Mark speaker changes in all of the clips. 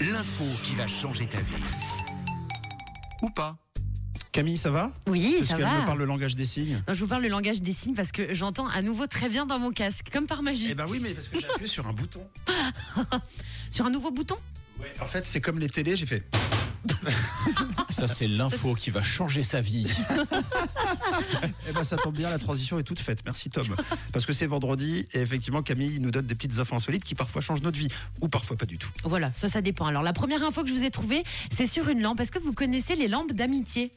Speaker 1: l'info qui va changer ta vie. Ou pas.
Speaker 2: Camille, ça va
Speaker 3: Oui,
Speaker 2: Est-ce
Speaker 3: ça
Speaker 2: qu'elle
Speaker 3: va.
Speaker 2: me parle le langage des signes
Speaker 3: Non, je vous parle le langage des signes parce que j'entends à nouveau très bien dans mon casque, comme par magie.
Speaker 2: Eh ben oui, mais parce que j'ai appuyé sur un bouton.
Speaker 3: Sur un nouveau bouton
Speaker 2: Ouais, en fait, c'est comme les télés, j'ai fait.
Speaker 4: Ça, c'est l'info qui va changer sa vie.
Speaker 2: Eh ben ça tombe bien, la transition est toute faite. Merci Tom. Parce que c'est vendredi et effectivement, Camille nous donne des petites infos insolites qui parfois changent notre vie ou parfois pas du tout.
Speaker 3: Voilà, ça, ça dépend. Alors, la première info que je vous ai trouvée, c'est sur une lampe. Est-ce que vous connaissez les lampes d'amitié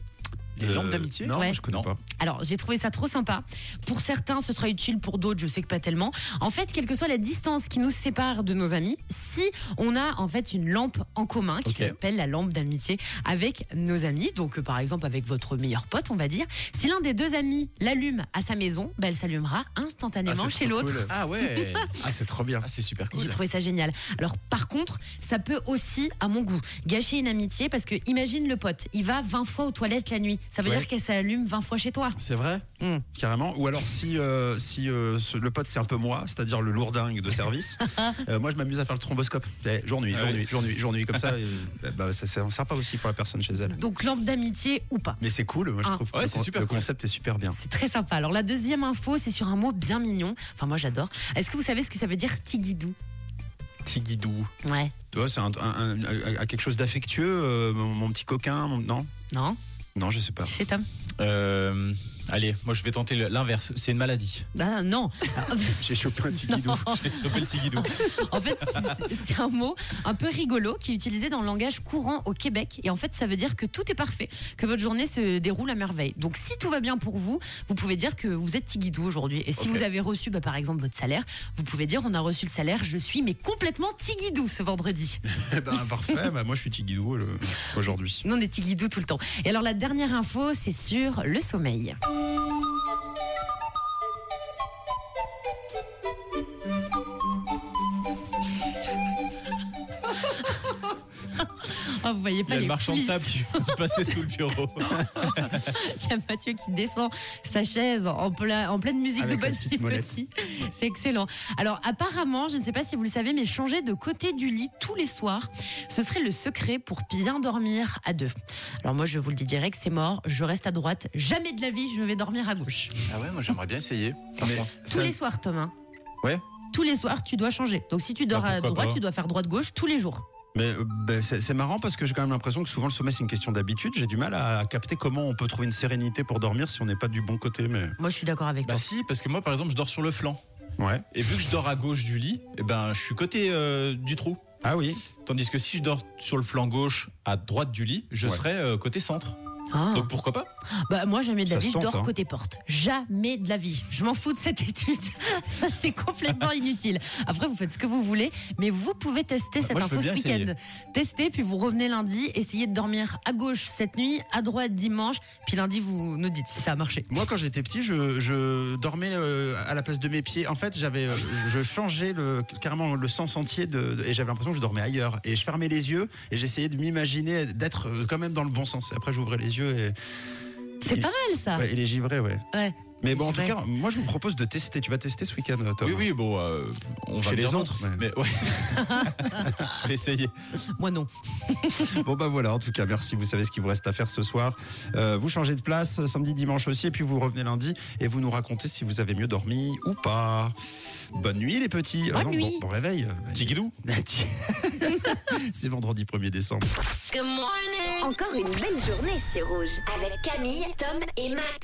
Speaker 4: Les
Speaker 2: Euh,
Speaker 4: lampes d'amitié
Speaker 2: Non, Ah,
Speaker 3: Ouais.
Speaker 2: je connais
Speaker 4: Non.
Speaker 2: pas.
Speaker 3: Alors, j'ai trouvé ça trop sympa. Pour certains, ce sera utile, pour d'autres, je sais que pas tellement. En fait, quelle que soit la distance qui nous sépare de nos amis, si on a en fait une lampe en commun qui
Speaker 4: Ok.
Speaker 3: s'appelle la lampe d'amitié avec nos amis, donc euh, par exemple avec votre meilleur pote, on va dire, si l'un des deux amis l'allume à sa maison, ben, elle s'allumera instantanément
Speaker 2: c'est
Speaker 3: chez
Speaker 2: trop
Speaker 3: l'autre.
Speaker 2: cool.
Speaker 4: Ah ouais
Speaker 2: Ah, c'est trop bien.
Speaker 4: Ah, c'est super cool.
Speaker 3: J'ai trouvé ça génial. Alors par contre, ça peut aussi, à mon goût, gâcher une amitié parce que imagine le pote, il va 20 fois aux toilettes la nuit. Ça veut
Speaker 2: Ouais.
Speaker 3: dire qu'elle s'allume 20 fois chez toi.
Speaker 2: C'est vrai
Speaker 3: Hmm.
Speaker 2: Carrément. Ou alors si, euh, si euh, ce- le pote c'est un peu moi, c'est-à-dire le lourdingue de service, euh, moi je m'amuse à faire le tromboscope. Eh, jour nuit,
Speaker 4: Ah
Speaker 2: jour
Speaker 4: ouais.
Speaker 2: nuit, jour nuit, jour nuit. Comme ça, euh, bah, ça sert sert pas aussi pour la personne chez elle.
Speaker 3: Donc lampe d'amitié ou pas.
Speaker 2: Mais c'est cool, moi je
Speaker 3: Ah.
Speaker 2: trouve que
Speaker 4: Ouais,
Speaker 2: le
Speaker 4: c'est
Speaker 2: con-
Speaker 4: super
Speaker 2: le
Speaker 4: cool.
Speaker 2: concept est super bien.
Speaker 3: C'est très sympa. Alors la deuxième info, c'est sur un mot bien mignon. Enfin moi j'adore. Est-ce que vous savez ce que ça veut dire tiguidou
Speaker 4: Tigidou.
Speaker 3: Ouais.
Speaker 2: Tu vois, c'est un, un- un- un- un- quelque chose d'affectueux, euh, mon, mon petit coquin, mon- non
Speaker 3: Non
Speaker 2: Non, je sais pas.
Speaker 3: Tu sais Tom
Speaker 4: Euh, allez, moi, je vais tenter le- l'inverse. C'est une maladie.
Speaker 3: Ah, Non.
Speaker 2: J'ai chopé un
Speaker 3: Non.
Speaker 2: tigidou.
Speaker 4: Je fais le tigidou.
Speaker 3: En fait, c'est- c'est un mot un peu rigolo qui est utilisé dans le langage courant au Québec. Et en fait, ça veut dire que tout est parfait, que votre journée se déroule à merveille. Donc, si tout va bien pour vous, vous pouvez dire que vous êtes tiguidou aujourd'hui. Et si
Speaker 2: Ok.
Speaker 3: vous avez reçu, bah, par exemple, votre salaire, vous pouvez dire on a reçu le salaire, je suis mais complètement tiguidou ce vendredi.
Speaker 2: Eh ben, parfait, bah, moi je suis tigidou euh, aujourd'hui.
Speaker 3: Nous, on est tiguidou tout le temps. Et alors, la dernière info, c'est sur le sommeil. Ah, vous voyez
Speaker 4: Il y
Speaker 3: pas
Speaker 4: a
Speaker 3: les
Speaker 4: le marchand de
Speaker 3: coulisses.
Speaker 4: sable qui passait sous le bureau.
Speaker 3: Il y a Mathieu qui descend sa chaise en, plein- en pleine
Speaker 4: Ah,
Speaker 3: musique
Speaker 2: Avec
Speaker 3: de
Speaker 2: la
Speaker 3: Bonne
Speaker 2: petite
Speaker 3: Nuit
Speaker 2: molette.
Speaker 3: Petit. C'est excellent. Alors apparemment, je ne sais pas si vous le savez, mais changer de côté du lit tous les soirs, ce serait le secret pour bien dormir à deux. Alors moi, je vous le dis direct, c'est mort. Je reste à droite. Jamais de la vie, je vais dormir à gauche.
Speaker 4: Ah ouais, moi, j'aimerais bien essayer. Par contre.
Speaker 3: Tous les soirs, Thomas.
Speaker 4: Ouais.
Speaker 3: Tous les soirs, tu dois changer. Donc si tu dors
Speaker 4: Bah,
Speaker 3: à
Speaker 4: pourquoi
Speaker 3: droite,
Speaker 4: pas
Speaker 3: tu dois faire droite-gauche tous les jours.
Speaker 2: Mais euh, ben, c'est c'est marrant parce que j'ai quand même l'impression que souvent le sommeil c'est une question d'habitude. J'ai du mal à, à capter comment on peut trouver une sérénité pour dormir si on n'est pas du bon côté. Mais
Speaker 3: Moi, je suis d'accord avec toi.
Speaker 4: Bah si, parce que moi, par exemple, je dors sur le flanc.
Speaker 2: ouais.
Speaker 4: Et vu que je dors à gauche du lit, eh ben, je suis côté euh, du trou.
Speaker 2: Ah oui.
Speaker 4: Tandis que si je dors sur le flanc gauche, à droite du lit, je
Speaker 2: Ouais.
Speaker 4: serais euh, côté centre.
Speaker 3: Ah.
Speaker 4: Donc pourquoi pas
Speaker 3: Bah moi jamais de la
Speaker 2: Ça
Speaker 3: vie,
Speaker 2: se
Speaker 3: je
Speaker 2: tente,
Speaker 3: dors
Speaker 2: hein.
Speaker 3: côté porte. Jamais de la vie. Je m'en fous de cette étude. c'est complètement inutile. Après vous faites ce que vous voulez, mais vous pouvez tester
Speaker 4: Bah,
Speaker 3: cette
Speaker 4: moi, je
Speaker 3: info
Speaker 4: veux
Speaker 3: ce
Speaker 4: bien
Speaker 3: week-end. Testez puis vous revenez lundi, essayez de dormir à gauche cette nuit, à droite dimanche, puis lundi vous nous dites si ça a marché.
Speaker 2: Moi, quand j'étais petit, je, je dormais euh, à la place de mes pieds. En fait, j'avais, euh, je changeais le, carrément le sens entier de, de- et j'avais l'impression que je dormais ailleurs. Et je fermais les yeux et j'essayais de m'imaginer d'être euh, quand même dans le bon sens. Et après, j'ouvrais les yeux et,
Speaker 3: C'est
Speaker 2: Il-
Speaker 3: pas mal ça.
Speaker 2: ouais, et les givrais, ouais.
Speaker 3: Ouais.
Speaker 2: Mais bon, en tout
Speaker 3: Givré.
Speaker 2: cas, moi, je vous propose de tester. Tu vas tester ce week-end, Tom
Speaker 4: Oui, oui, bon, euh, on va
Speaker 2: Chez les
Speaker 4: dire non.
Speaker 2: autres, mais-
Speaker 4: Mais ouais. je vais essayer.
Speaker 3: Moi non.
Speaker 2: Bon bah voilà, en tout cas, merci. Vous savez ce qu'il vous reste à faire ce soir. Euh, vous changez de place euh, samedi, dimanche aussi, et puis vous revenez lundi et vous nous racontez si vous avez mieux dormi ou pas. Bonne nuit les petits. Euh,
Speaker 3: Bonne nuit.
Speaker 2: Bon, bon réveil.
Speaker 4: Tigidou.
Speaker 2: C'est vendredi 1er décembre.
Speaker 5: Encore une belle journée sur Rouge avec Camille, Tom et Matt.